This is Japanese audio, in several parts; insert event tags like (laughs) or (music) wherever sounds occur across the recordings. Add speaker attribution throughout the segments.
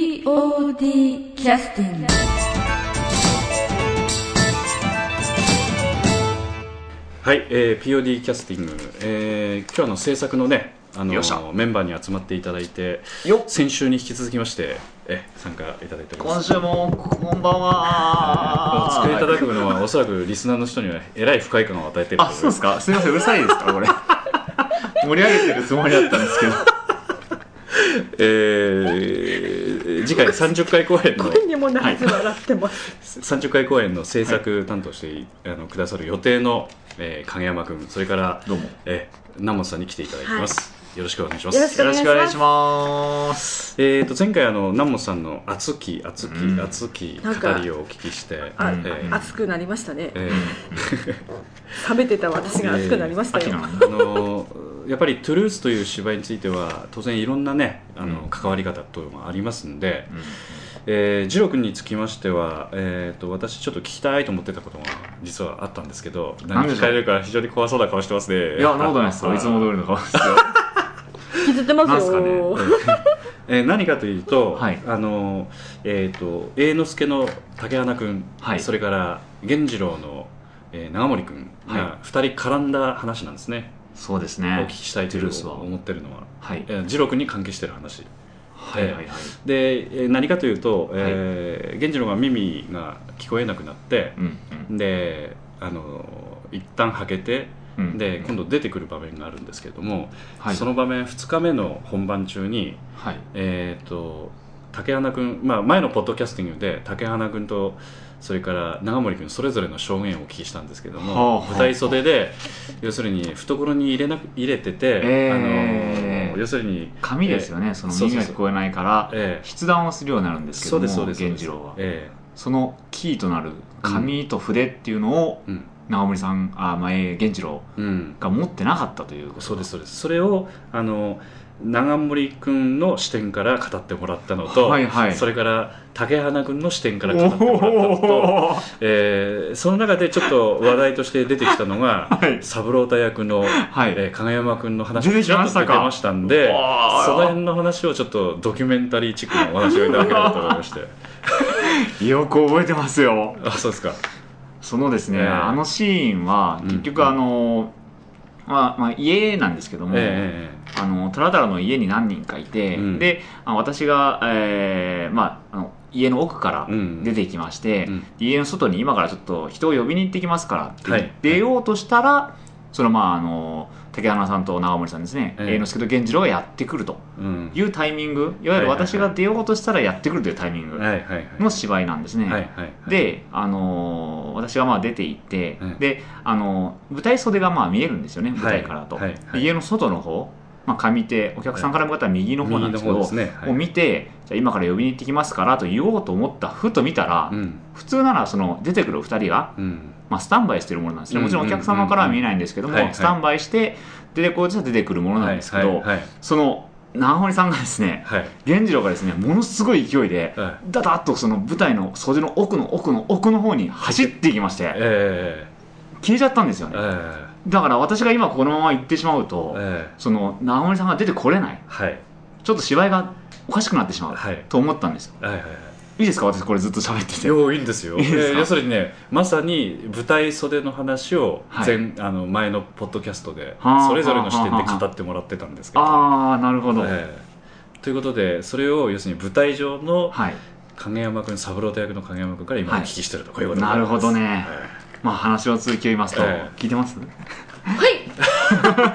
Speaker 1: POD キャスティング
Speaker 2: はい、えー POD キャスティング、えー今日の制作のねあの
Speaker 3: よっしゃ
Speaker 2: メンバーに集まっていただいて
Speaker 3: よっ
Speaker 2: 先週に引き続きましてえ参加いただいておりま
Speaker 3: 今
Speaker 2: す
Speaker 3: 週もこんばんは
Speaker 2: お作りいただくのはおそらくリスナーの人にはえらい不快感を与えてるとい
Speaker 3: あそうですかすみませんうるさいです
Speaker 2: (laughs)
Speaker 3: かこれ盛り上げてるつもりだったんですけど
Speaker 2: えー
Speaker 3: (laughs)
Speaker 2: 次回30回公演の
Speaker 4: にもならず笑ってます。
Speaker 2: 30回公演の制作担当して、あのくださる予定の、えー影山君それから
Speaker 3: どうも
Speaker 2: えー南本さんに来ていただいてます、よろしくお願いします
Speaker 4: よろしく
Speaker 3: よ
Speaker 4: お
Speaker 3: ろ
Speaker 4: 願い
Speaker 3: し
Speaker 4: し
Speaker 3: くお願い
Speaker 4: ま
Speaker 3: しま
Speaker 4: す。
Speaker 3: す
Speaker 2: えー、と前回あの南本さんの熱き熱き
Speaker 3: うん
Speaker 2: 熱き語
Speaker 4: なんか
Speaker 2: りをお聞きして、え
Speaker 4: あ
Speaker 2: ー
Speaker 4: 熱くなりましたね。
Speaker 2: え
Speaker 4: 冷めてた私が熱くなりました
Speaker 3: 秋
Speaker 4: よ
Speaker 3: な。
Speaker 2: ーあの (laughs) ーやっぱり「トゥルース」という芝居については当然いろんなねあの、
Speaker 3: うん
Speaker 2: 関わり方というのがありますんで、
Speaker 3: うん
Speaker 2: えー、二郎君につきましては、えー、と私ちょっと聞きたいと思ってたことが実はあったんですけど何聞かれるか非常に怖そうな顔してますね
Speaker 3: いやそんなこと
Speaker 2: (laughs)
Speaker 3: ないですよいつも通りの顔ですよ
Speaker 4: 引きずってま
Speaker 3: なんす
Speaker 4: す
Speaker 3: かね
Speaker 4: よ。
Speaker 2: えー何かというと、
Speaker 3: はい
Speaker 2: あのえっ、と栄之助の竹花君、
Speaker 3: はい
Speaker 2: それから源次郎の、えー長森君
Speaker 3: は
Speaker 2: が2人絡んだ話なんですね、
Speaker 3: そうです
Speaker 2: お聞
Speaker 3: ね
Speaker 2: きしたいとい
Speaker 3: トゥ
Speaker 2: う
Speaker 3: ルースは
Speaker 2: 思ってるのは、
Speaker 3: はい
Speaker 2: えー次郎君に関係してる話
Speaker 3: はいはいはい
Speaker 2: で、えー何かというと、えー源次郎が耳が聞こえなくなって
Speaker 3: う、ん
Speaker 2: であの一旦はけて
Speaker 3: うんうん
Speaker 2: で今度出てくる場面があるんですけれども、
Speaker 3: はい
Speaker 2: その場面2日目の本番中に
Speaker 3: はい
Speaker 2: えー、と竹花君、まあ、前のポッドキャスティングで竹花君とそれから長森君それぞれの証言をお聞きしたんですけども、
Speaker 3: はあはあ
Speaker 2: 舞台袖で要するに懐に入れなく入れてて、
Speaker 3: えー
Speaker 2: あの要するに、
Speaker 3: 紙ですよねその
Speaker 2: そう
Speaker 3: 耳
Speaker 2: そう
Speaker 3: が
Speaker 2: そう
Speaker 3: 聞こえないから
Speaker 2: えー
Speaker 3: 筆談をするようになるんですけ
Speaker 2: そ
Speaker 3: ど
Speaker 2: う
Speaker 3: も
Speaker 2: ですそうですそう
Speaker 3: 源
Speaker 2: です
Speaker 3: 次郎は
Speaker 2: え
Speaker 3: そのキーとなる紙と筆っていうのを
Speaker 2: ーうん
Speaker 3: 長森さんあまあえー源次郎
Speaker 2: うん、
Speaker 3: が持ってなかったということ
Speaker 2: そうですそうですそれをあの長森君の視点から語ってもらったのと、
Speaker 3: はいはい
Speaker 2: それから竹花君の視点から語ってもらったのと。
Speaker 3: おー
Speaker 2: えーその中でちょっと話題として出てきたのが、
Speaker 3: (laughs) はい
Speaker 2: 三郎太役の、
Speaker 3: はい
Speaker 2: えー、加賀山君の話
Speaker 3: 出てきました
Speaker 2: ちらっ
Speaker 3: か
Speaker 2: と出てましたんで
Speaker 3: うわー
Speaker 2: その辺の話をちょっとドキュメンタリーチックなお話をいただければと思いまして
Speaker 3: (laughs) よく覚えてますよ
Speaker 2: あそうですか
Speaker 3: そのですね、
Speaker 2: ええ
Speaker 3: あのシーンは
Speaker 2: うん
Speaker 3: 結局あの、まあまあ、家なんですけども、
Speaker 2: え
Speaker 3: あのトラタラの家に何人かいて、
Speaker 2: うん
Speaker 3: であ私が、えーまあ、あの家の奥から
Speaker 2: うん
Speaker 3: 出てきまして、
Speaker 2: えうん
Speaker 3: 家の外に今からちょっと人を呼びに行ってきますからって言
Speaker 2: は
Speaker 3: っ
Speaker 2: い
Speaker 3: 出ようとしたら、そのまああの竹花さんと長森さんですね、
Speaker 2: ええ
Speaker 3: えー、之助と源次郎がやってくると
Speaker 2: うん
Speaker 3: いうタイミングいわゆる私が出ようとしたらやってくるというタイミング
Speaker 2: はいはいはい
Speaker 3: の芝居なんですね、
Speaker 2: はいはいはい
Speaker 3: で、あのー私はまあ出て行って、
Speaker 2: うん
Speaker 3: で、あのー舞台袖がまあ見えるんですよね舞台からだと、
Speaker 2: はいはいはい
Speaker 3: で家の外の方、まあ、上手お客さんから見たら右の方なんですけ
Speaker 2: 右の
Speaker 3: ど、
Speaker 2: 方ですねはい
Speaker 3: を見てじゃあ今から呼びに行ってきますからと言おうと思ったふと見たら、
Speaker 2: うん
Speaker 3: 普通ならその出てくる2人が、
Speaker 2: うん
Speaker 3: まあ、スタンバイしてるものなんですねもちろん
Speaker 2: う
Speaker 3: お
Speaker 2: んうん
Speaker 3: 客様からは見えないんですけども、
Speaker 2: はいはい
Speaker 3: スタンバイして出てこうとしたら出てくるものなんですけど、
Speaker 2: はいはい
Speaker 3: その長堀さんがですね
Speaker 2: はい
Speaker 3: 源次郎がですねものすごい勢いで、
Speaker 2: はいはい
Speaker 3: だだっとその舞台の袖の奥の奥の奥の方に走っていきまして
Speaker 2: え
Speaker 3: 消えちゃったんですよ
Speaker 2: ーえ
Speaker 3: ね
Speaker 2: ー
Speaker 3: だから私が今このまま行ってしま
Speaker 2: え
Speaker 3: うと
Speaker 2: ー
Speaker 3: その直森さんが出てこれない
Speaker 2: はい
Speaker 3: ちょっと芝居がおかしくなってしまう
Speaker 2: はい
Speaker 3: と思ったんですよ
Speaker 2: はいはいはい
Speaker 3: いいですか私これずっと喋って
Speaker 2: (laughs) い
Speaker 3: て
Speaker 2: やいいんですよ
Speaker 3: いいですか
Speaker 2: えー要するにねまさに舞台袖の話を
Speaker 3: はい
Speaker 2: 前,、あの前のポッドキャストで
Speaker 3: はあ
Speaker 2: それぞれの視点
Speaker 3: はあ
Speaker 2: で
Speaker 3: はあ
Speaker 2: 語ってもらってたんですけど、
Speaker 3: ああなるほど、
Speaker 2: えーということでそれを要するに舞台上の
Speaker 3: はい
Speaker 2: 影山君三郎太役の影山君から今お
Speaker 3: はい
Speaker 2: 聞きしてると、こういうことに
Speaker 3: なるほどね
Speaker 2: ます
Speaker 3: まあ話の続きを言いますと、
Speaker 2: ええ
Speaker 3: 聞いてます
Speaker 4: はい。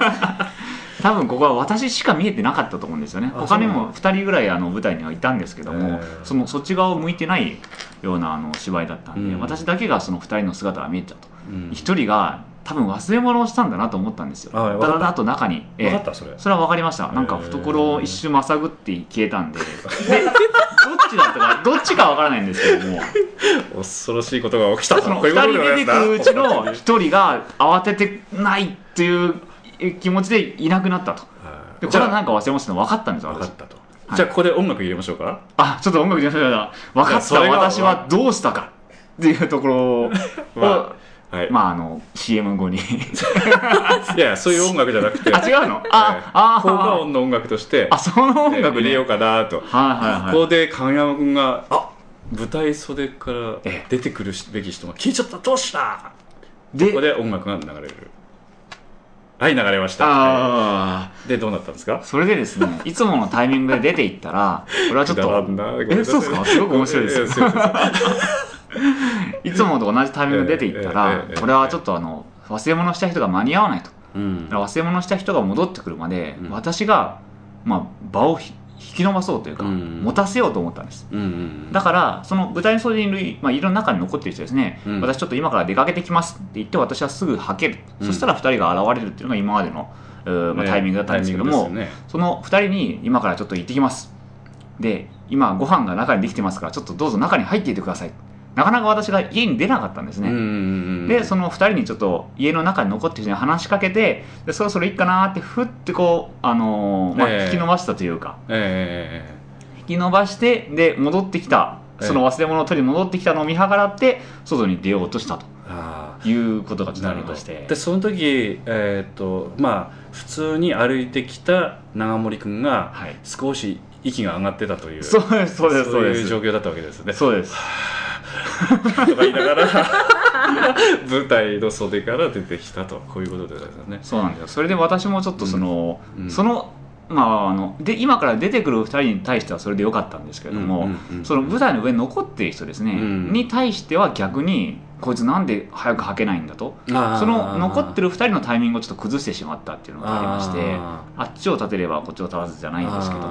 Speaker 3: 多分ここは私しか見えてなかったと思うんですよね
Speaker 2: あ
Speaker 3: 他に
Speaker 2: そうな
Speaker 3: も2人ぐらいあの舞台にはいたんですけども、
Speaker 2: ええ
Speaker 3: そのそっち側を向いてないようなあの芝居だったんで、
Speaker 2: うん
Speaker 3: 私だけがその2人の姿が見えてたと
Speaker 2: うん
Speaker 3: 一人が多分忘れ物をしたんだなと思ったんですよ
Speaker 2: はいわかっ
Speaker 3: だ
Speaker 2: た
Speaker 3: だだと中に、ええ
Speaker 2: 分かったそれ
Speaker 3: それは分かりましたなんか懐を一瞬まさぐって消えたんで、でどっちだったか (laughs) どっちか分からないんですけども
Speaker 2: 恐ろしいことが起きたと
Speaker 3: その
Speaker 2: こう
Speaker 3: 2
Speaker 2: いうことで
Speaker 3: 人
Speaker 2: ございます
Speaker 3: 出てくるうちの1人が慌ててないっていう気持ちでいなくなったと
Speaker 2: はい
Speaker 3: でこ
Speaker 2: じ
Speaker 3: れ
Speaker 2: ゃ
Speaker 3: は
Speaker 2: あ
Speaker 3: なんか忘れましたの分かったんですよ
Speaker 2: 分か
Speaker 3: 私
Speaker 2: ったと、
Speaker 3: はい
Speaker 2: じゃあここで音楽入れましょうか
Speaker 3: あちょっと音楽でましょう分か
Speaker 2: いや
Speaker 3: っ
Speaker 2: そ
Speaker 3: た
Speaker 2: れが (laughs)
Speaker 3: 私はどうしたかっていうところを、
Speaker 2: まはい
Speaker 3: まああの CM
Speaker 2: (laughs)
Speaker 3: 後に
Speaker 2: いやいやそういう音楽じゃなくて
Speaker 3: (laughs) あ違う
Speaker 2: (laughs)
Speaker 3: の
Speaker 2: ええ
Speaker 3: あ、
Speaker 2: 効果
Speaker 3: あ
Speaker 2: 音の音楽として
Speaker 3: ああその音
Speaker 2: え
Speaker 3: 楽
Speaker 2: ー入れ
Speaker 3: ね
Speaker 2: よ
Speaker 3: はいう
Speaker 2: かなと、
Speaker 3: はい
Speaker 2: こ
Speaker 3: は
Speaker 2: こで神山君があ舞台袖から
Speaker 3: ええ
Speaker 2: 出てくるべき人が消えちゃったどうした
Speaker 3: いで
Speaker 2: ここで音楽が流れるはい流れました
Speaker 3: あ
Speaker 2: でどうなったんですか
Speaker 3: あそれでですねいつものタイミングで出ていっ
Speaker 2: (laughs)
Speaker 3: たらこれはちょっ
Speaker 2: くだら
Speaker 3: と
Speaker 2: んなごめん
Speaker 3: え
Speaker 2: なさ
Speaker 3: そうですかすごく面白いです
Speaker 2: (laughs)
Speaker 3: よ
Speaker 2: ええそう
Speaker 3: (laughs)
Speaker 2: そうそう
Speaker 3: いつもと同じタイミングで出ていった
Speaker 2: ええ
Speaker 3: ら
Speaker 2: ええええ
Speaker 3: これはちょっとあの忘れ物した人が間に合わないと
Speaker 2: うん
Speaker 3: だから忘れ物した人が戻ってくるまで、
Speaker 2: うん
Speaker 3: 私が、まあ、場をひ引き延ばそうというか、
Speaker 2: うん
Speaker 3: 持たせようと思ったんです
Speaker 2: うんうん
Speaker 3: だからその舞台の袖にいる、まあ、いる中に残っている人ですね、
Speaker 2: うん
Speaker 3: 私ちょっと今から出かけてきますって言って私はすぐはける、
Speaker 2: うん
Speaker 3: そしたら2人が現れるっていうのが今までの、えーまあ、タイミングだったんですけども、
Speaker 2: タイミングですよね
Speaker 3: その2人に今からちょっと行ってきますで今ご飯が中にできてますからちょっとどうぞ中に入っていてくださいなかなか私が家に出なかったんですね、
Speaker 2: うんうんうん
Speaker 3: でその2人にちょっと家の中に残ってる人に話しかけてでそろそろいいかなーってふってこう、あのーまあ、
Speaker 2: ええ
Speaker 3: 引き伸ばしたというか、
Speaker 2: ええ
Speaker 3: 引き伸ばしてで戻ってきた
Speaker 2: ええ
Speaker 3: その忘れ物を取りに戻ってきたのを見計らって外に出ようとした
Speaker 2: ええええあ
Speaker 3: ということが
Speaker 2: あ
Speaker 3: ちょっと
Speaker 2: な
Speaker 3: あ
Speaker 2: る
Speaker 3: り
Speaker 2: ほ
Speaker 3: ま
Speaker 2: ど
Speaker 3: して
Speaker 2: でその時えっ、とまあ普通に歩いてきた長森くんが
Speaker 3: はい、
Speaker 2: 少し息が上がってたという
Speaker 3: そうですそうですそう
Speaker 2: い
Speaker 3: です
Speaker 2: 状況だったわけですね。
Speaker 3: そうです
Speaker 2: とか言いながら舞台の袖から出てきたとこういうことでございますね。
Speaker 3: そうなんですよそれで私もちょっとその、
Speaker 2: うん
Speaker 3: そのまああので今から出てくる2人に対してはそれでよかったんですけれど
Speaker 2: う
Speaker 3: も、
Speaker 2: んうん
Speaker 3: その舞台の上に残っている人ですね、
Speaker 2: うん
Speaker 3: に対しては逆にこいつなんで早く履けないんだと
Speaker 2: あー
Speaker 3: その残ってる2人のタイミングをちょっと崩してしまったっていうのがありましてあ
Speaker 2: あ
Speaker 3: っちを立てればこっちを立たずじゃ
Speaker 2: ー
Speaker 3: ないんですけども
Speaker 2: あ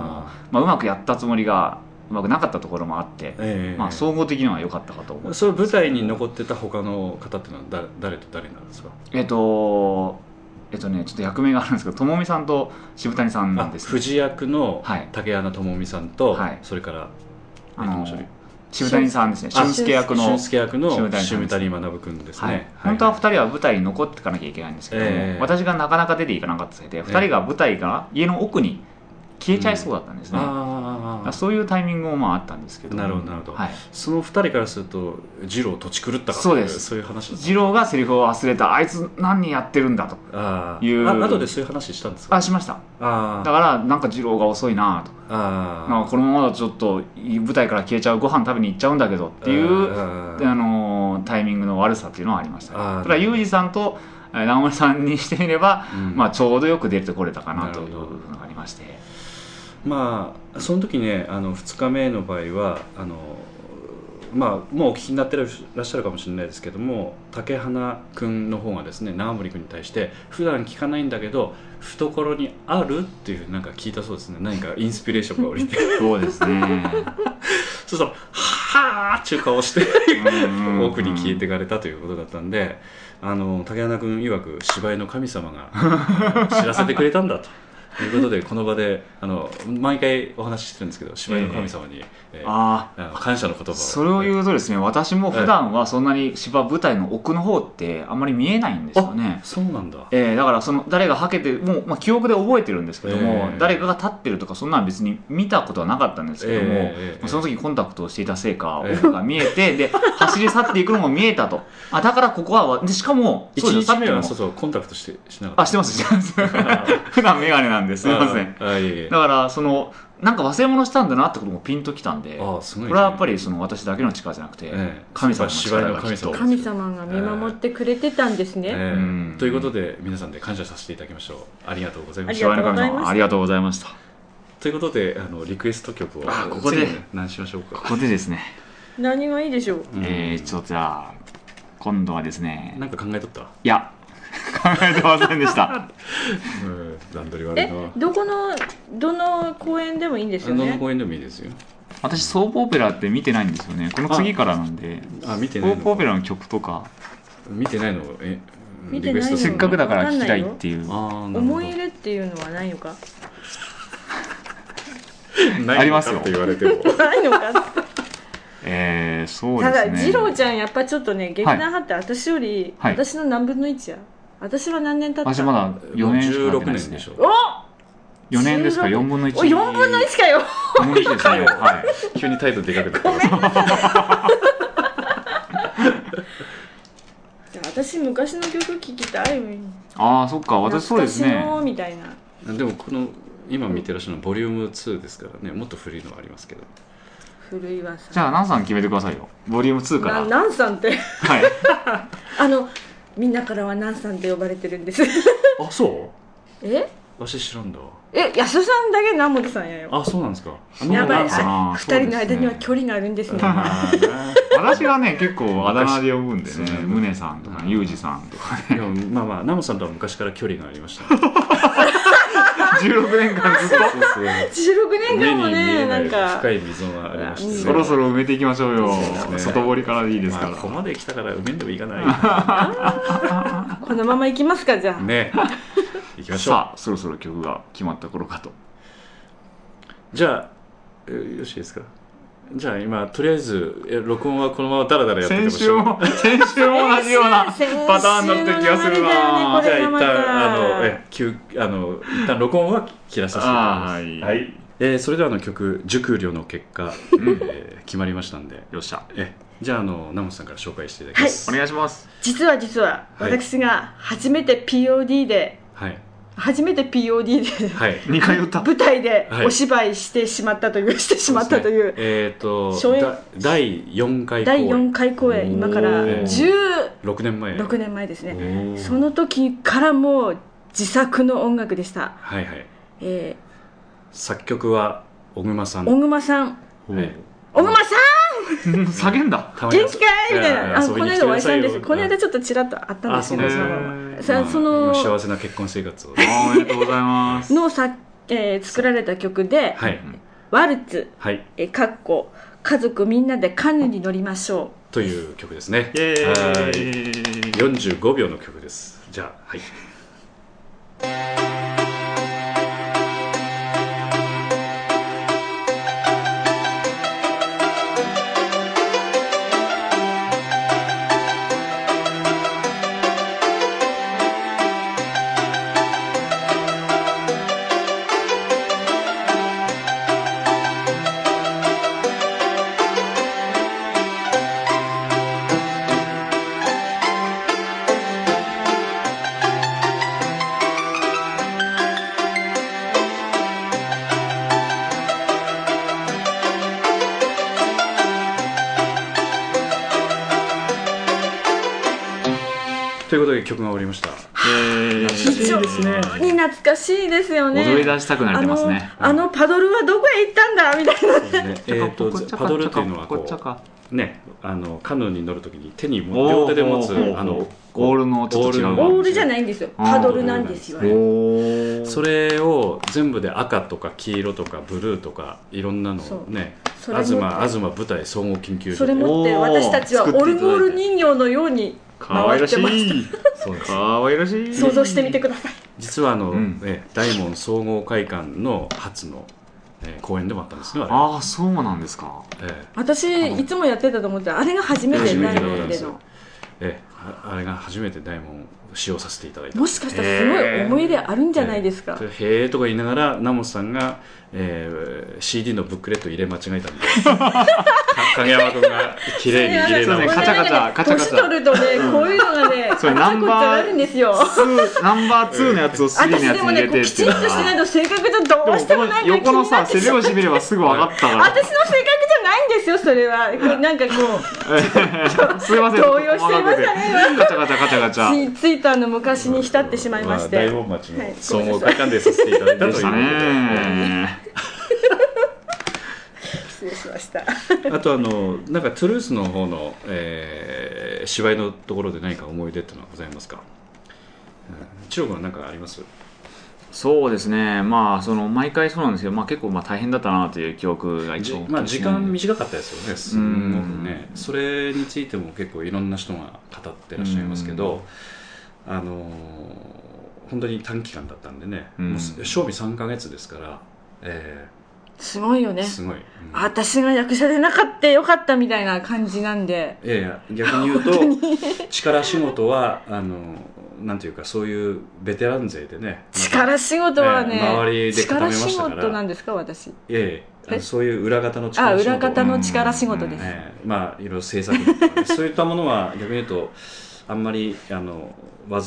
Speaker 3: まあ、うまくやったつもりがうまくなかったところもあって
Speaker 2: ー、ええ
Speaker 3: まあ、総合的には良かったかと思う、
Speaker 2: その舞台に残ってた他の方っていうのはだ誰と誰になるんですか
Speaker 3: えっとえっとねちょっと役名があるんですけどともみさんと渋谷さんなんです、
Speaker 2: 藤役の
Speaker 3: はい
Speaker 2: 竹穴智美さんと、
Speaker 3: はい
Speaker 2: それから
Speaker 3: あの
Speaker 2: えっともう一人
Speaker 3: 渋谷さんですね
Speaker 2: あ
Speaker 3: 俊介役の
Speaker 2: 俊介役の
Speaker 3: 渋谷さん
Speaker 2: 渋
Speaker 3: です
Speaker 2: 谷学君ですね、
Speaker 3: はい、本当は2人は舞台に残っていかなきゃいけないんですけども、
Speaker 2: ええ
Speaker 3: 私がなかなか出ていかなかったせいで2人が舞台から家の奥に消えちゃいそうだったんですね、
Speaker 2: ああ
Speaker 3: そういうタイミングもまああったんですけども
Speaker 2: なるほどなるほど
Speaker 3: はい、
Speaker 2: その二人からすると二郎とち狂ったか
Speaker 3: そうです
Speaker 2: そういう話なんです
Speaker 3: 二郎がセリフを忘れたあいつ何やってるんだと
Speaker 2: あ
Speaker 3: いう
Speaker 2: ああ後でそういう話したんですか
Speaker 3: あしました
Speaker 2: あー
Speaker 3: だからなんか二郎が遅いなとなん
Speaker 2: あ
Speaker 3: かこのままだとちょっと舞台から消えちゃうご飯食べに行っちゃうんだけどっていう
Speaker 2: あ
Speaker 3: であのータイミングの悪さっていうのはありましたね
Speaker 2: あー
Speaker 3: ただユージさんとえー直美さんにしてみれば、まあ、ちょうどよく出てこれたかなという
Speaker 2: なるほど
Speaker 3: のがありまして
Speaker 2: まあその時ねあの2日目の場合はあのまあもうお聞きになってらっしゃるかもしれないですけども竹花くんの方がですね長森くんに対して普段聞かないんだけど懐にあるっていうふうになんか聞いたそうですね何かインスピレーションが降
Speaker 3: (laughs)
Speaker 2: りて
Speaker 3: そうです
Speaker 2: (laughs)
Speaker 3: ね
Speaker 2: そうそうはあっていう顔をして奥に消えていかれたということだったんであの竹花君曰く芝居の神様が
Speaker 3: (laughs)
Speaker 2: あの知らせてくれたんだと。いうことでこの場であの毎回お話ししてるんですけど芝居の神様に、えー
Speaker 3: あ
Speaker 2: あの感謝の言葉を
Speaker 3: あそれを言うとですね私も普段はそんなに芝舞台の奥の方ってあんまり見えないんですよね
Speaker 2: そうなんだ
Speaker 3: えー、だからその誰がはけてもう、まあ、記憶で覚えてるんですけども、
Speaker 2: ええ
Speaker 3: 誰かが立ってるとかそんなの別に見たことはなかったんですけども、
Speaker 2: ええええ
Speaker 3: その時コンタクトをしていたせいか、
Speaker 2: ええ
Speaker 3: 奥が見えてで走り去っていくのも見えたとあだからここはでしかも
Speaker 2: 一
Speaker 3: です
Speaker 2: 日目は
Speaker 3: さ
Speaker 2: そう
Speaker 3: っき
Speaker 2: そうコンタクトしてしなか
Speaker 3: の
Speaker 2: っ
Speaker 3: あし
Speaker 2: (laughs)
Speaker 3: てますしてます (laughs) 普段眼鏡なんで
Speaker 2: た
Speaker 3: すいません
Speaker 2: ああいえいえ
Speaker 3: だからそのなんか忘れ物したんだなってこともピンときたんで
Speaker 2: ああすごい、
Speaker 3: これはやっぱりその私だけの力じゃなくて、
Speaker 2: ええ
Speaker 3: 神様の力がきっと
Speaker 2: 芝居の
Speaker 4: 神様が見守ってくれてたんです
Speaker 2: え
Speaker 4: ね。
Speaker 2: え
Speaker 3: うん
Speaker 2: ということで皆さんで感謝させていただきましょうありがとうございました
Speaker 4: 神様の神様
Speaker 3: ありがとうございました
Speaker 2: ということであのリクエスト曲を
Speaker 3: あここで
Speaker 2: 次に何しましょうか
Speaker 3: ここでですね
Speaker 4: 何がいいでしょう。
Speaker 2: うん
Speaker 3: えー、ちょっとじゃあ今度はですね
Speaker 2: なんか考えとった
Speaker 3: いや考えてませんでした
Speaker 2: うん段取り悪い
Speaker 4: え
Speaker 2: な、
Speaker 4: どこのどの公園でもいいんです
Speaker 2: あ
Speaker 4: よ
Speaker 2: の
Speaker 4: ね。
Speaker 2: 公園でもいいですよ
Speaker 3: 私ソープオペラって見てないんですよねこの次からなんで
Speaker 2: あ見て
Speaker 3: ソ
Speaker 2: な
Speaker 3: ー
Speaker 2: い
Speaker 3: プオ
Speaker 2: の
Speaker 3: ペラの曲とか
Speaker 2: 見てないのえうん
Speaker 4: 見てないの
Speaker 2: リクエス
Speaker 3: せ
Speaker 2: ト
Speaker 3: っかくだから聴きたいっていうあ
Speaker 2: あーなるほど
Speaker 4: 思い入れっていうのはないのか。 (laughs)
Speaker 2: ないのか
Speaker 3: ありますよ
Speaker 2: って言われても
Speaker 4: ないのか。
Speaker 3: えー、そう
Speaker 4: た
Speaker 3: です
Speaker 4: だ
Speaker 3: ね
Speaker 4: 次郎ちゃんやっぱちょっとね劇団派って私より、
Speaker 3: はい
Speaker 4: 私の何分の一や。私は何年経った。
Speaker 3: 私まだ4年しかやって
Speaker 2: 16
Speaker 3: ないです
Speaker 2: 年
Speaker 3: ね
Speaker 2: でしょ
Speaker 4: お
Speaker 3: 4年ですから4分の1
Speaker 4: お四分の一かよ。
Speaker 3: 4分の1ですねはい
Speaker 2: 急に態度でかくなってます
Speaker 4: じゃあ私昔の曲聴きたいみ
Speaker 3: ああそっか私そうですね
Speaker 4: 懐かしのみたいな
Speaker 2: でもこの今見てらっしゃるのボリューム2ですからねもっと古いのはありますけど
Speaker 4: 古いわさ
Speaker 3: じゃあナンさん決めてくださいよボリューム2から
Speaker 4: ななんさんって (laughs)
Speaker 3: はい
Speaker 4: あのみんなからはなんさんって呼ばれてるん
Speaker 2: (laughs)
Speaker 4: です
Speaker 2: あそ
Speaker 4: え
Speaker 2: うわし知らんだ
Speaker 4: え安田さんだけ南本さんやよ
Speaker 2: あそうなんですかあ
Speaker 4: やばい
Speaker 2: ナンさん
Speaker 3: あー
Speaker 4: 二人の間には
Speaker 3: そう
Speaker 4: 距離があるんです
Speaker 2: う
Speaker 4: ね
Speaker 2: んまあね
Speaker 3: 私はね結構あだ名で呼ぶんで
Speaker 2: そう
Speaker 3: ね
Speaker 2: なんだ
Speaker 3: ムネさんとかユージさんとか
Speaker 2: (laughs) でもまあまあナムさんとは昔から距離がありました、ね、
Speaker 3: 16年間ずっと
Speaker 4: 16年
Speaker 2: 目
Speaker 4: 間
Speaker 2: に
Speaker 4: も
Speaker 2: 見
Speaker 4: ね
Speaker 2: えな
Speaker 4: ないんか
Speaker 2: 深い溝がありまして、
Speaker 4: うん
Speaker 3: そろそろ埋めていきましょうよ
Speaker 2: そうですね
Speaker 3: 外堀からでいいですか
Speaker 2: まあここ
Speaker 3: ら
Speaker 2: まで来たから埋めんでもいいかな
Speaker 4: このまま行きますかじゃ
Speaker 3: (laughs)
Speaker 4: あ、
Speaker 2: いね行きましょう
Speaker 3: さあそろそろ曲が決まった頃かと
Speaker 2: じゃあえよろしいですかじゃあ今とりあえずえ録音はこのままダラダラやってて
Speaker 3: 先
Speaker 2: まし
Speaker 3: 週
Speaker 2: ょう
Speaker 3: も先
Speaker 4: (laughs)
Speaker 3: 週も同じようなパタ
Speaker 4: 先週
Speaker 3: ーンだった気がする
Speaker 4: 先週の流れだ
Speaker 2: じゃあ
Speaker 3: な
Speaker 4: よねこれ
Speaker 2: 一
Speaker 4: また
Speaker 2: 旦あのえ休あの一旦録音は切らさせていただきます
Speaker 3: あー
Speaker 2: は
Speaker 3: はいい
Speaker 2: えーそれではあの曲「熟慮」の結果、えー決まりましたんで
Speaker 3: よっしゃ
Speaker 2: えじゃああのナムさんから紹介していただきます
Speaker 3: お願いします
Speaker 4: 実は実は
Speaker 2: はい
Speaker 4: 私が初めて POD で、
Speaker 2: はい
Speaker 4: 初めて POD で
Speaker 2: はい
Speaker 3: 2回言った
Speaker 4: 舞台で
Speaker 2: はい
Speaker 4: お芝居してしまったという、してしまったという
Speaker 2: そですねえっ、と
Speaker 4: 初演
Speaker 2: だ第4回公
Speaker 4: 第
Speaker 2: 演
Speaker 4: 4回公演今から
Speaker 2: おー
Speaker 4: 16
Speaker 2: 6年前
Speaker 4: 年前ですね
Speaker 2: おー
Speaker 4: その時からもう自作の音楽でした、
Speaker 2: はいはい
Speaker 4: え
Speaker 2: 作曲は小熊さん
Speaker 4: ー、小熊さん
Speaker 2: はい
Speaker 4: 小熊さ
Speaker 3: 叫んだ
Speaker 2: た
Speaker 4: ん
Speaker 2: まに
Speaker 4: 元気かいみたいなあ
Speaker 2: 遊
Speaker 4: こ
Speaker 2: び
Speaker 4: の
Speaker 2: に来
Speaker 4: 間
Speaker 2: てく
Speaker 4: お会
Speaker 2: だ
Speaker 4: いした
Speaker 2: さい
Speaker 4: ん
Speaker 2: よ
Speaker 4: ですこの間ちょっとちらっとあったんです
Speaker 2: あ
Speaker 4: けど
Speaker 2: そ
Speaker 4: そうの
Speaker 2: なんです
Speaker 3: ね
Speaker 4: さその
Speaker 2: 今幸せな結婚生活を
Speaker 3: あーおめでとうございます
Speaker 4: のさ、えー作られた曲で
Speaker 2: はい
Speaker 4: 「ワルツ
Speaker 2: はい」
Speaker 4: えーかっこ「家族みんなでカヌーに乗りましょ
Speaker 2: という曲ですね
Speaker 3: イエ
Speaker 2: はい
Speaker 3: ーイ
Speaker 2: 45秒の曲ですじゃあはいということで曲が終わりました
Speaker 3: イエーイ
Speaker 4: 非常に懐かしいですよね
Speaker 3: 踊り出したくな
Speaker 4: あ
Speaker 3: ります
Speaker 4: の
Speaker 3: ね
Speaker 4: あのパドルはどこへ行ったんだみたい
Speaker 2: そ
Speaker 4: な
Speaker 2: うですねえっとパドルっていうのはこう
Speaker 3: う
Speaker 2: ねあのカヌーに乗るときに手にも
Speaker 3: お
Speaker 2: 両
Speaker 3: ー
Speaker 2: 手で持つ
Speaker 3: おー
Speaker 2: あの
Speaker 3: オールのちょっと違う
Speaker 2: オ
Speaker 4: オ
Speaker 2: ー
Speaker 4: ー
Speaker 2: ル
Speaker 4: ル
Speaker 2: じ
Speaker 4: じ
Speaker 2: ゃ
Speaker 4: ゃ
Speaker 2: な
Speaker 4: ないんですよ
Speaker 3: パ
Speaker 4: パ
Speaker 3: ド
Speaker 4: ド
Speaker 3: ル
Speaker 4: ル
Speaker 2: な
Speaker 4: なんん
Speaker 2: で
Speaker 4: ですす
Speaker 2: よ
Speaker 4: よ
Speaker 2: あれ
Speaker 3: おお
Speaker 2: それを全部で赤とか黄色とかブルーとかいろんなの
Speaker 4: そ
Speaker 2: を
Speaker 4: う
Speaker 2: ね
Speaker 4: それ
Speaker 2: 東
Speaker 4: 持って
Speaker 2: 東舞台総合研究所
Speaker 4: それ持って
Speaker 3: おー
Speaker 4: 私たちは
Speaker 3: 作って
Speaker 4: オ
Speaker 3: いただい
Speaker 4: ル
Speaker 3: て
Speaker 4: ゴール人形のように
Speaker 3: かわいらし
Speaker 4: 回ってま
Speaker 3: い
Speaker 2: そうです
Speaker 3: かわいらしい
Speaker 4: 想像してみてください
Speaker 2: 実はあの、
Speaker 3: うん
Speaker 2: ええ大門総合会館の初の、ええ公演でもあったんですねあ
Speaker 3: ああそうなんですか
Speaker 2: れ,、え
Speaker 4: 私いつもやってたと思ってたあれが初めて
Speaker 2: 初め
Speaker 4: な
Speaker 2: てでござい
Speaker 4: の
Speaker 2: ま
Speaker 4: ですの
Speaker 2: えええああれが初めて大門を使用させていただいた
Speaker 4: もしかしたらすごい思い入れあるんじゃないですか、
Speaker 2: ええそれへえとか言いながらナモさんが、ええ CD のブックレット入れ間違えたんでか影山君が綺麗に入れ
Speaker 3: そ
Speaker 2: 直
Speaker 3: う
Speaker 2: し
Speaker 3: ねす
Speaker 2: て
Speaker 3: カチャカチャカチャカチャ
Speaker 4: 年取るとね、こういうのがね、あち
Speaker 3: それ
Speaker 4: ゃこち
Speaker 3: ナン
Speaker 4: ゃ
Speaker 3: バ
Speaker 4: あ
Speaker 3: ー
Speaker 4: るんですよ。
Speaker 3: 2ナンバー2のやつを3の
Speaker 4: 私
Speaker 3: やつ
Speaker 4: で
Speaker 3: に
Speaker 4: も
Speaker 3: 入
Speaker 4: ね、
Speaker 3: れ
Speaker 4: こう
Speaker 3: て
Speaker 4: きちんとしないと性格じゃどうして
Speaker 3: でも
Speaker 4: も
Speaker 3: こ
Speaker 4: な
Speaker 3: の
Speaker 4: んか気
Speaker 3: 横の
Speaker 4: にな
Speaker 3: さ
Speaker 4: って
Speaker 3: 背
Speaker 4: しまう
Speaker 3: 拍子見ればすぐ分かった
Speaker 4: 私の性格じゃないんですよ、それは。こうなんかこ
Speaker 3: からすいません
Speaker 4: 動揺していました
Speaker 3: ねガチャガチャガチャガチャ
Speaker 4: う、つツイッターの昔に浸ってしまいまして。
Speaker 2: あ大門町の総合会館でさせていただいたという
Speaker 3: で
Speaker 2: こと
Speaker 3: した
Speaker 2: で
Speaker 3: ね
Speaker 4: 失礼しました。
Speaker 2: あとあのなんかトゥルースの方の、えー芝居のところで何か思い出ってのはございますか、うん、中国は何かあります
Speaker 3: そうですねまあその毎回そうなんですけど、まあ、結構まあ大変だったなという記憶が一応、
Speaker 2: まあ、時間短かったですよねすごくね
Speaker 3: う
Speaker 2: それについても結構いろんな人が語ってらっしゃいますけどあのー本当に短期間だったんでね
Speaker 3: うん
Speaker 2: もうす賞味3か月ですから、え
Speaker 4: すごいよ
Speaker 2: ー
Speaker 4: ね。
Speaker 2: すごい、うん
Speaker 4: 私が役者でなかったよかったみたいな感じなんで。
Speaker 2: いやいや逆に言うと力仕事はあのなんていうかそういうベテラン勢でね
Speaker 4: 力仕事はね、
Speaker 2: ええ周りで固めま
Speaker 4: 力
Speaker 2: し
Speaker 4: 仕
Speaker 2: たから
Speaker 4: 事なんですか、私。
Speaker 2: いやいやあの
Speaker 4: え
Speaker 2: そういう裏方の
Speaker 4: あ、
Speaker 2: 力仕事
Speaker 4: 裏方の力仕事
Speaker 3: うん
Speaker 4: です。 (laughs)
Speaker 2: ええまあいろいろ制作とかねそういったものは逆に言うとあんまりあの煩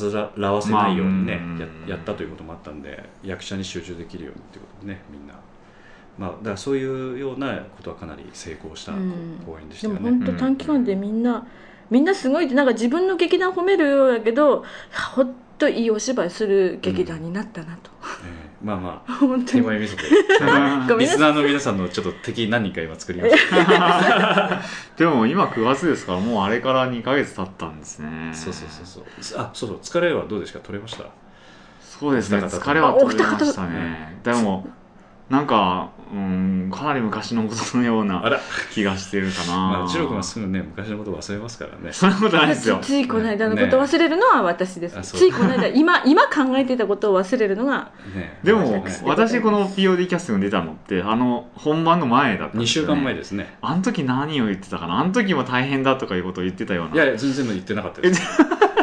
Speaker 2: わせないようにね、
Speaker 3: まあ
Speaker 2: や
Speaker 3: うん
Speaker 2: やったということもあったんで役者に集中できるようにっていうこともねみんな、まあ、だからそういうようなことはかなり成功した
Speaker 4: うん
Speaker 2: 公演でし
Speaker 4: で
Speaker 2: たよ
Speaker 4: も
Speaker 2: ね。
Speaker 4: 本当短期間でみんなみんなすごいってなんか自分の劇団褒めるようだけどほっといいお芝居する劇団になったなと、
Speaker 2: ええまあまあ
Speaker 4: 本当
Speaker 2: 手
Speaker 4: に
Speaker 2: 前味噌で
Speaker 4: (laughs) ご
Speaker 2: リ
Speaker 4: めんな
Speaker 2: ス
Speaker 4: さい
Speaker 2: ナーの皆さんのちょっと敵何人か今作りました
Speaker 3: (laughs) でも今9月ですからもうあれから2ヶ月経ったんですね
Speaker 2: そうそうそうそうあそうそう疲れはどうですか取れました
Speaker 3: そうですね
Speaker 2: お二方とも
Speaker 3: 疲れは取れましたねでもなんかうんかなり昔のことのよう
Speaker 2: あ
Speaker 3: な
Speaker 2: ら
Speaker 3: 気がしてるかな
Speaker 2: まあチロ君はすぐね昔のこと忘れますからね
Speaker 3: (laughs) そんなことないですよ
Speaker 4: つついこの間のことを忘れるのは私です、
Speaker 2: ねあそう
Speaker 4: ついこの間今今考えていたことを忘れるのが
Speaker 2: ね
Speaker 3: で
Speaker 4: そう
Speaker 3: も
Speaker 4: ですね
Speaker 3: 私この POD キャストに出たのってあの本番の前だったん
Speaker 2: 2
Speaker 3: です
Speaker 2: 週
Speaker 3: よね
Speaker 2: 間前ですね
Speaker 3: あの時何を言ってたかなあの時も大変だとかいうことを言ってたようない
Speaker 2: やいや全然言ってなかったです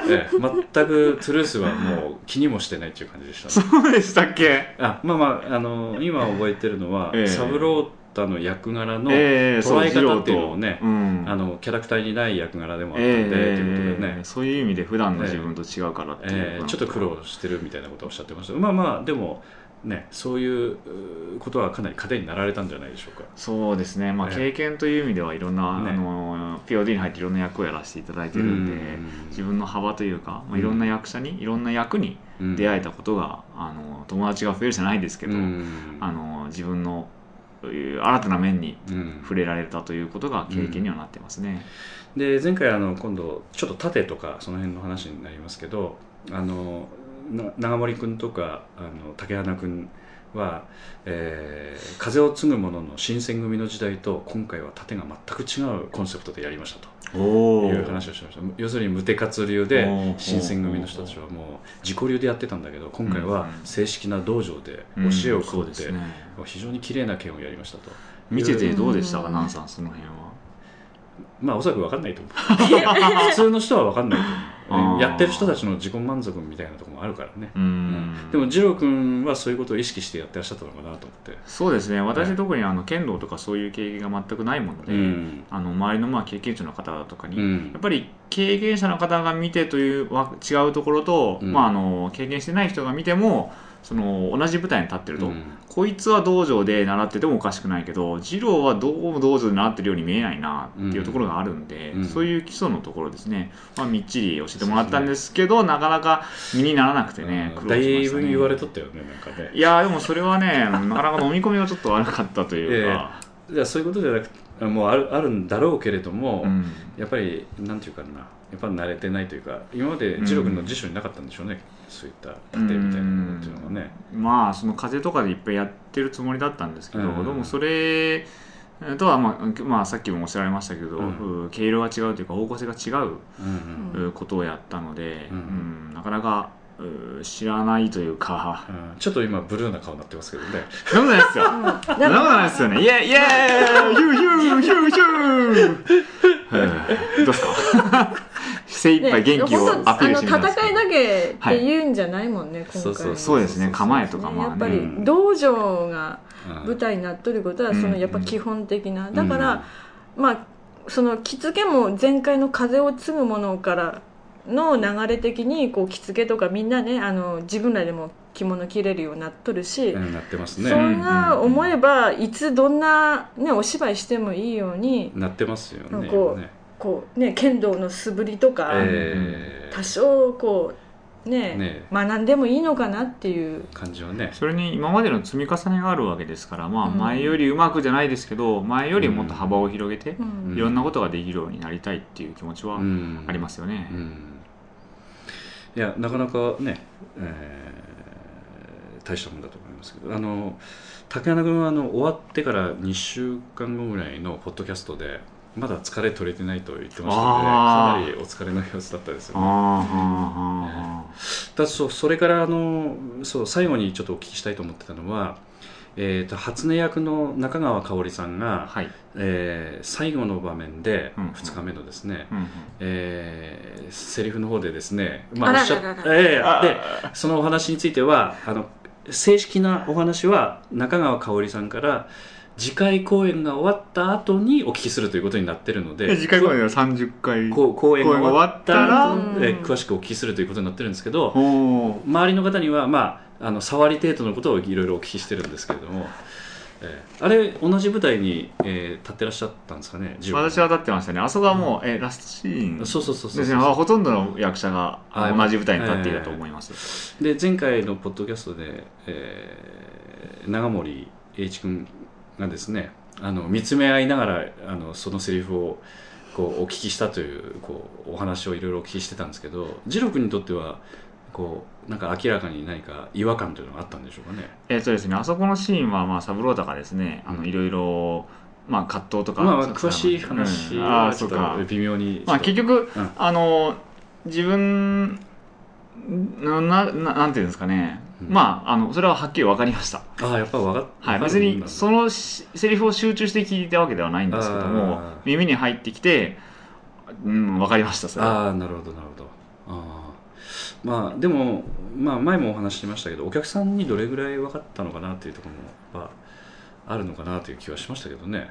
Speaker 2: ええ全くトゥルースはもう気にもしてないっていう感じでしたね
Speaker 3: そうでしたっけ
Speaker 2: あまあまああの今覚えてるのは、
Speaker 3: ええ
Speaker 2: サブロータの役柄の、
Speaker 3: ええそう
Speaker 2: 捉え
Speaker 3: 二郎
Speaker 2: 方
Speaker 3: と
Speaker 2: っていうのをね
Speaker 3: うん
Speaker 2: あのキャラクターにない役柄でもあったんで、
Speaker 3: ええ
Speaker 2: ということで
Speaker 3: ええ
Speaker 2: ね、
Speaker 3: そういう意味で普段の自分と違うからっていう、
Speaker 2: ええちょっと苦労してるみたいなことをおっしゃってましたまあまあでもねそういううことはかなり糧になられたんじゃないでしょうか
Speaker 3: そうですね、まあ、
Speaker 2: ええ
Speaker 3: 経験という意味ではいろんな、
Speaker 2: ね
Speaker 3: あの POD に入っていろんな役をやらせていただいてるんで、自分の幅というか、まあ、いろんな役者にいろんな役に
Speaker 2: 分
Speaker 3: 出会
Speaker 2: い
Speaker 3: えたことが、あの友達が増えるじゃないですけ
Speaker 2: け
Speaker 3: ど、あの自分のそういう新たな面に触れられたということが経験にはなってますね。
Speaker 2: で前回あの今度ちょっと盾とかその辺の話になりますけどあのな長森君とかあの竹花君は、えー風を継ぐ者の新選組の時代と今回は盾が全く違うコンセプトでやりましたと
Speaker 3: お
Speaker 2: いう話をしました要するに無手活流で
Speaker 3: で
Speaker 2: 新選組の人たちはもう自己流でやってたんだけど今回は
Speaker 3: うん
Speaker 2: 正式な道場で教えを請うて、非常に綺麗な剣をやりましたと
Speaker 3: 見ててどうでしたか、
Speaker 4: うん
Speaker 3: ナンさん、その辺は。
Speaker 2: まあおそらく分かんないと思う普通の人は分かんないと思
Speaker 3: あ
Speaker 2: う
Speaker 3: ー
Speaker 2: やってる人たちの自己満足みたいなところもあるからね、
Speaker 3: う
Speaker 2: うん
Speaker 3: ん
Speaker 2: でも二郎君はそういうことを意識してやってらっしゃったのかなと思って、
Speaker 3: そうですね私特にあの剣道とかそういう経験が全くないもので、
Speaker 2: うん
Speaker 3: あの周りのまあ経験者の方とかに、
Speaker 2: う
Speaker 3: や
Speaker 2: ん
Speaker 3: っぱり経験者の方が見てというわ違うところと、
Speaker 2: うん
Speaker 3: まあ、あの経験してない人が見てもその同じ舞台に立ってると、こいつは道場で習っててもおかしくないけど二郎はどうも道場で習ってるように見えないなっていうところがあるんで、
Speaker 2: うん
Speaker 3: そういう基礎のところですね、まあ、みっちり教えてもらったんですけどなかなか身にならなくてね、
Speaker 2: うん
Speaker 3: 苦労
Speaker 2: だ
Speaker 3: しま
Speaker 2: い
Speaker 3: した
Speaker 2: ぶ
Speaker 3: ね
Speaker 2: 言われとったよねなんかね
Speaker 3: いやーでもそれはねなかなか飲み込みがちょっと悪かったというか、
Speaker 2: いやそういうことじゃなくてもうあるあるんだろうけれども、
Speaker 3: うん
Speaker 2: やっぱりなんていうかなやっぱ慣れてないというか今まで二郎君の辞書になかったんでしょうね、そういった盾みたいなものっていうのがね、
Speaker 3: まあその風邪とかでいっぱいやってるつもりだったんですけど、
Speaker 2: うん
Speaker 3: でもそれとは、まあまあ、さっきもおっしゃられましたけど、
Speaker 2: うん
Speaker 3: うん毛色が違うというか方向性が違う
Speaker 2: うんうん
Speaker 3: うんことをやったので、
Speaker 2: うん
Speaker 3: うんなかなかうん知らないというか (laughs)
Speaker 2: うんちょっと今ブルーな顔になってますけどね
Speaker 3: そんなことないですよ
Speaker 4: うんなん
Speaker 3: そんなことないですよねイエイイエイヒューヒューヒューヒューはいどうですか (laughs) 精一杯元気をアピールしてみた
Speaker 4: あ
Speaker 3: ん
Speaker 4: の
Speaker 3: ですけど
Speaker 4: 戦いだけって言うんじゃないもんね、今回
Speaker 2: そうそう
Speaker 3: そうですね構えとか
Speaker 4: ね
Speaker 3: まあ
Speaker 4: や
Speaker 3: ね
Speaker 4: っぱ
Speaker 2: う
Speaker 4: り
Speaker 2: ん
Speaker 4: 道場が
Speaker 2: うん
Speaker 4: 舞台になっとることは
Speaker 3: うん
Speaker 4: そのやっぱ基本的な、だから、まあその着付けも前回の風を継ぐものからの流れ的にこう着付けとかみんなねあの自分らでも着物着れるようになっとるし、
Speaker 2: うんなってます
Speaker 4: そ
Speaker 2: ね
Speaker 3: う
Speaker 4: うな思えばいつどんな、ね、お芝居してもいいように
Speaker 2: なってますよね
Speaker 4: こう
Speaker 2: ね
Speaker 4: こう、ね、剣道の素振りとか、
Speaker 2: えー
Speaker 4: 多少こうね
Speaker 2: ね
Speaker 4: 学んでもいいのかなっていう
Speaker 2: 感じはね
Speaker 3: それに今までの積み重ねがあるわけですから、まあ、
Speaker 4: うん
Speaker 3: 前よりうまくじゃないですけど、前よりもっと幅を広げて
Speaker 4: う、ん
Speaker 2: うん
Speaker 3: いろんなことができるようになりたいっていう気持ちは
Speaker 2: うん
Speaker 3: ありますよね。
Speaker 2: うんいやなかなかね、えー大したもんだと思いますけどあの竹穴君はあの終わってから2週間後ぐらいのポッドキャストでまだ疲れ取れてないと言ってましたので
Speaker 3: あ
Speaker 2: か
Speaker 3: ー
Speaker 2: なりお疲れの様子だったですよね
Speaker 3: ああ、
Speaker 2: だそうそれからあのそう最後にちょっとお聞きしたいと思ってたのは、えー、と初音役の中川香織さんが、
Speaker 3: はい。
Speaker 2: えー最後の場面で
Speaker 3: うんうん
Speaker 2: 2日目のですね、
Speaker 3: うんうん
Speaker 2: えーセリフの方でですね、ま
Speaker 4: あら
Speaker 2: おっしゃっ
Speaker 4: らら
Speaker 2: ええ
Speaker 3: あ
Speaker 2: でそのお話についてはあの正式なお話は中川香織さんから、次回公演が終わった後にお聞きするということになってるので
Speaker 3: 次回公演は30回
Speaker 2: こう公演が終わったら、
Speaker 4: 公演が終わったら
Speaker 2: えー詳しくお聞きするということになってるんですけど、
Speaker 3: おー
Speaker 2: 周りの方には、まあ、あの触り程度のことをいろいろお聞きしてるんですけれども、えーあれ同じ舞台に、えー立ってらっしゃったんですかね10
Speaker 3: 私は立ってましたねあそこはもう、えラストシーンです
Speaker 2: そうそうそうそう
Speaker 3: ねあほとんどの役者が
Speaker 2: あ
Speaker 3: 同じ舞台に立っていたと思います、
Speaker 2: で前回のポッドキャストで、えー長森栄一君がですねあの見つめ合いながらあのそのセリフをこうお聞きしたというこうお話をいろいろお聞きしてたんですけど二郎君にとってはこうなんか明らかに何か違和感というのがあったんでしょうかね。
Speaker 3: えっとですねあそこのシーンはまあ三郎太がですねあ
Speaker 2: う
Speaker 3: の
Speaker 2: ん
Speaker 3: いろいろまあ葛藤とか、
Speaker 2: まあ、まあ詳しい話
Speaker 3: うんあ
Speaker 2: は
Speaker 3: あ
Speaker 2: ち
Speaker 3: そ
Speaker 2: ょ
Speaker 3: う
Speaker 2: っと
Speaker 3: か
Speaker 2: 微妙に
Speaker 3: まあ結局、
Speaker 2: うん
Speaker 3: あの自分なななんていうんですかね、
Speaker 2: うん
Speaker 3: まああのそれははっきり分かりました、
Speaker 2: ああやっぱ分かっ
Speaker 3: は
Speaker 2: 分
Speaker 3: い、
Speaker 2: か
Speaker 3: 別
Speaker 2: るもん
Speaker 3: に
Speaker 2: なんだ
Speaker 3: そのしセリフを集中して聞いたわけではないんですけども
Speaker 2: あー
Speaker 3: 耳に入ってきてうん分かりましたそれは
Speaker 2: ああなるほどなるほどあーまあでも、まあ、前もお話ししましたけどお客さんにどれぐらい分かったのかなっていうところもやっぱあるのかなという気はしましたけどね、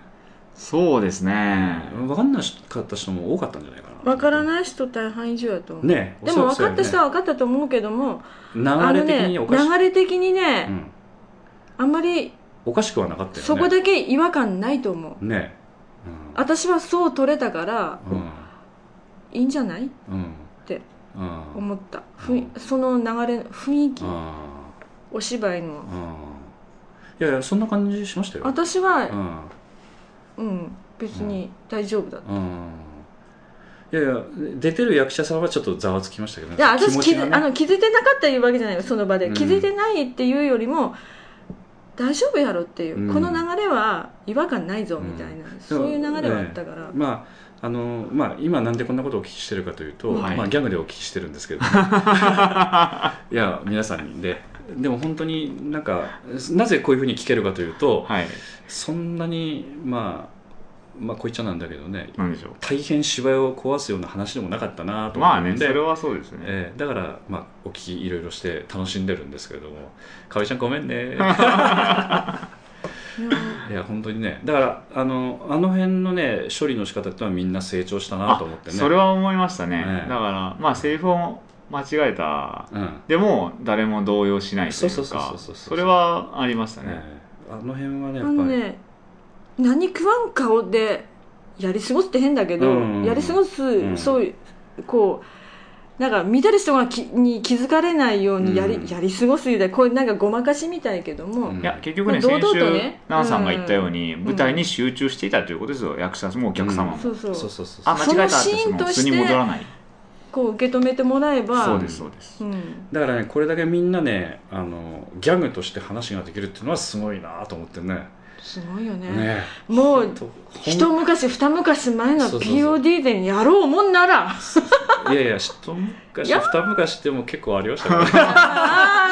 Speaker 3: そうですね、
Speaker 2: 分かんなかった人も多かったんじゃないかな
Speaker 4: 分から
Speaker 2: い
Speaker 4: ない人大半以上だと思う、
Speaker 2: ね
Speaker 4: でも
Speaker 2: お
Speaker 4: 分
Speaker 2: そら
Speaker 4: か
Speaker 2: く
Speaker 4: った
Speaker 2: そう
Speaker 4: 人
Speaker 2: だよ
Speaker 4: は分かったと思うけども
Speaker 2: ね流れ的に
Speaker 4: あ
Speaker 2: お
Speaker 4: の
Speaker 2: かし,、
Speaker 4: ね流れ的にね、
Speaker 2: うん、
Speaker 4: あんまり
Speaker 2: おかしくはなかったよね
Speaker 4: そこだけ違和感ないと思う
Speaker 2: ねうん
Speaker 4: 私はそう取れたから
Speaker 2: うん
Speaker 4: いいんじゃない
Speaker 2: うん
Speaker 4: て
Speaker 2: うん
Speaker 4: 思ったふい
Speaker 2: うん
Speaker 4: その流れ雰囲気
Speaker 2: あ
Speaker 4: お芝居の
Speaker 2: ーうんいやいやそんな感じしましたよ
Speaker 4: 私は
Speaker 2: うん
Speaker 4: うん別に大丈夫だ
Speaker 2: うんいやいや出てる役者さんはちょっとざわつきましたけどね
Speaker 4: いや私気
Speaker 2: 持ちが
Speaker 4: づ
Speaker 2: ね
Speaker 4: あの気づいてなかったいうわけじゃないよその場で、
Speaker 2: うん
Speaker 4: 気づいてないっていうよりも大丈夫やろっていう、
Speaker 2: うん
Speaker 4: この流れは違和感ないぞみたいな、そういう流れはあったから、
Speaker 2: まああのまあ、今なんでこんなことをお聞きしてるかというと、
Speaker 3: はい
Speaker 2: まあ、ギャグでお聞きしてるんです
Speaker 4: (laughs)
Speaker 2: けどいや皆さんにででも本当になんかなぜこういうふうに聞けるかというと
Speaker 3: はい
Speaker 2: そんなにまあまあこいっちゃなんだけどね
Speaker 3: なんでしょ
Speaker 2: 大変芝居を壊すような話でもなかったな
Speaker 3: う
Speaker 2: と
Speaker 3: まあ
Speaker 2: 思う
Speaker 3: ね
Speaker 2: ん
Speaker 3: そ
Speaker 2: で、
Speaker 3: れはそうですね、
Speaker 2: ええだから、まあ、お聞きいろいろして楽しんでるんですけれども「かおりちゃんごめん
Speaker 4: (laughs)
Speaker 2: ね」
Speaker 4: いや
Speaker 2: いや本当にねだからあのあの辺のね処理の仕方ってのはみんな成長したなと思ってね
Speaker 3: それは思いましたね、
Speaker 2: ええ
Speaker 3: だからまあセリフを間違えた
Speaker 2: うん
Speaker 3: でも誰も動揺しないという
Speaker 2: そうそうそ
Speaker 3: か
Speaker 2: うそうそう
Speaker 3: それはありましたね、
Speaker 2: ええあの辺はねや
Speaker 4: あ
Speaker 2: っぱり
Speaker 4: のね何食わん顔でやり過ごすって変だけど、
Speaker 2: うん
Speaker 4: やり過ごす、
Speaker 2: ん
Speaker 4: そういうこうなんか見たり人がきに気づかれないようにやり,、
Speaker 2: うん
Speaker 4: やり過ごすいうだこういうなんかごまかしみたいけども、
Speaker 2: うん
Speaker 3: いや結局ね
Speaker 4: まあ
Speaker 3: 先
Speaker 4: 堂
Speaker 3: 週
Speaker 4: 々とね
Speaker 3: 奈々さんが言ったように、舞台に集中していたということですよ役者もお客様も、
Speaker 4: そうそう
Speaker 2: そうそうそう
Speaker 3: あ
Speaker 2: そう
Speaker 3: 間違えたって
Speaker 4: そのシーンとし
Speaker 3: そ
Speaker 4: て
Speaker 3: の素に戻らない
Speaker 4: こう受け止めてもらえば
Speaker 3: そうですそうです、
Speaker 4: うん
Speaker 2: だからねこれだけみんなねあのギャグとして話ができるっていうのはすごいなと思ってね
Speaker 4: すごいよね
Speaker 2: ね
Speaker 4: もう
Speaker 2: 本当ほん
Speaker 4: 一昔二昔前の
Speaker 2: そうそうそう
Speaker 4: POD でやろうもんなら
Speaker 2: いやいや一昔
Speaker 4: いや
Speaker 2: 二昔っても結構ありました
Speaker 4: (laughs)
Speaker 2: からね
Speaker 4: あ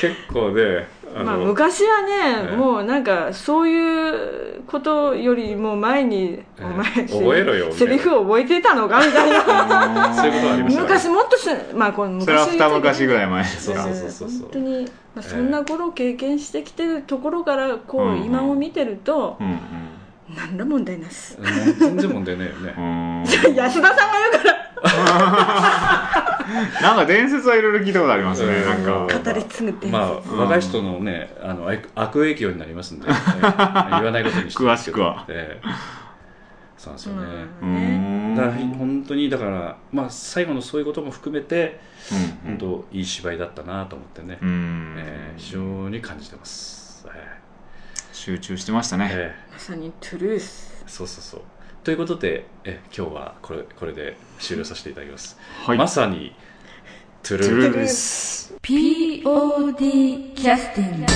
Speaker 2: 結構ねあ
Speaker 4: ー
Speaker 2: の
Speaker 4: まあ昔はね、
Speaker 2: ええ
Speaker 4: もうなんかそういうことよりも前に、
Speaker 2: ええ
Speaker 4: お前
Speaker 2: 覚えろよみたいな
Speaker 4: セリフ覚えてたのかみた
Speaker 3: (laughs)
Speaker 4: い
Speaker 2: (laughs)
Speaker 4: な
Speaker 2: そういうことありましたね
Speaker 4: 昔もっとしまあこの
Speaker 3: それは
Speaker 4: 昔
Speaker 3: 二昔ぐら
Speaker 4: い
Speaker 3: い前です
Speaker 2: そう
Speaker 3: が
Speaker 2: そうそうそうそう
Speaker 4: 本当に、まあ、そんな頃経験してきてるところからこう、
Speaker 3: うんうん
Speaker 4: 今を見てると
Speaker 3: うんうん
Speaker 4: 何ら問題なし (laughs)
Speaker 2: もう全然問題ないよね
Speaker 3: うーん
Speaker 4: 安田さんが言うから
Speaker 3: なんか伝説はいろいろ聞いたことありますね、
Speaker 2: うん
Speaker 3: なんか
Speaker 2: うん
Speaker 4: 語り継ぐ伝説、
Speaker 2: まあ、
Speaker 3: うん
Speaker 2: 若い人のねあの悪悪影響になりますん
Speaker 3: (laughs)
Speaker 2: で、えー言わないことにして
Speaker 3: 詳しくは
Speaker 2: えーそうなんですよね、
Speaker 4: うん
Speaker 3: うーん
Speaker 4: ね
Speaker 2: だから本当にだから、まあ、最後のそういうことも含めて
Speaker 3: うん
Speaker 2: 本
Speaker 3: うん
Speaker 2: 当いい芝居だったなと思ってね、
Speaker 3: うん
Speaker 2: えー非常に感じてます、はい
Speaker 3: 集中してましたね、
Speaker 2: え
Speaker 4: まさにトゥルース
Speaker 2: ーそうそうそうということでえ今日はこれこれで終了させていただきます、
Speaker 3: はい
Speaker 2: まさにトゥル
Speaker 3: トゥ
Speaker 2: ー
Speaker 3: ルース
Speaker 1: POD キャスティング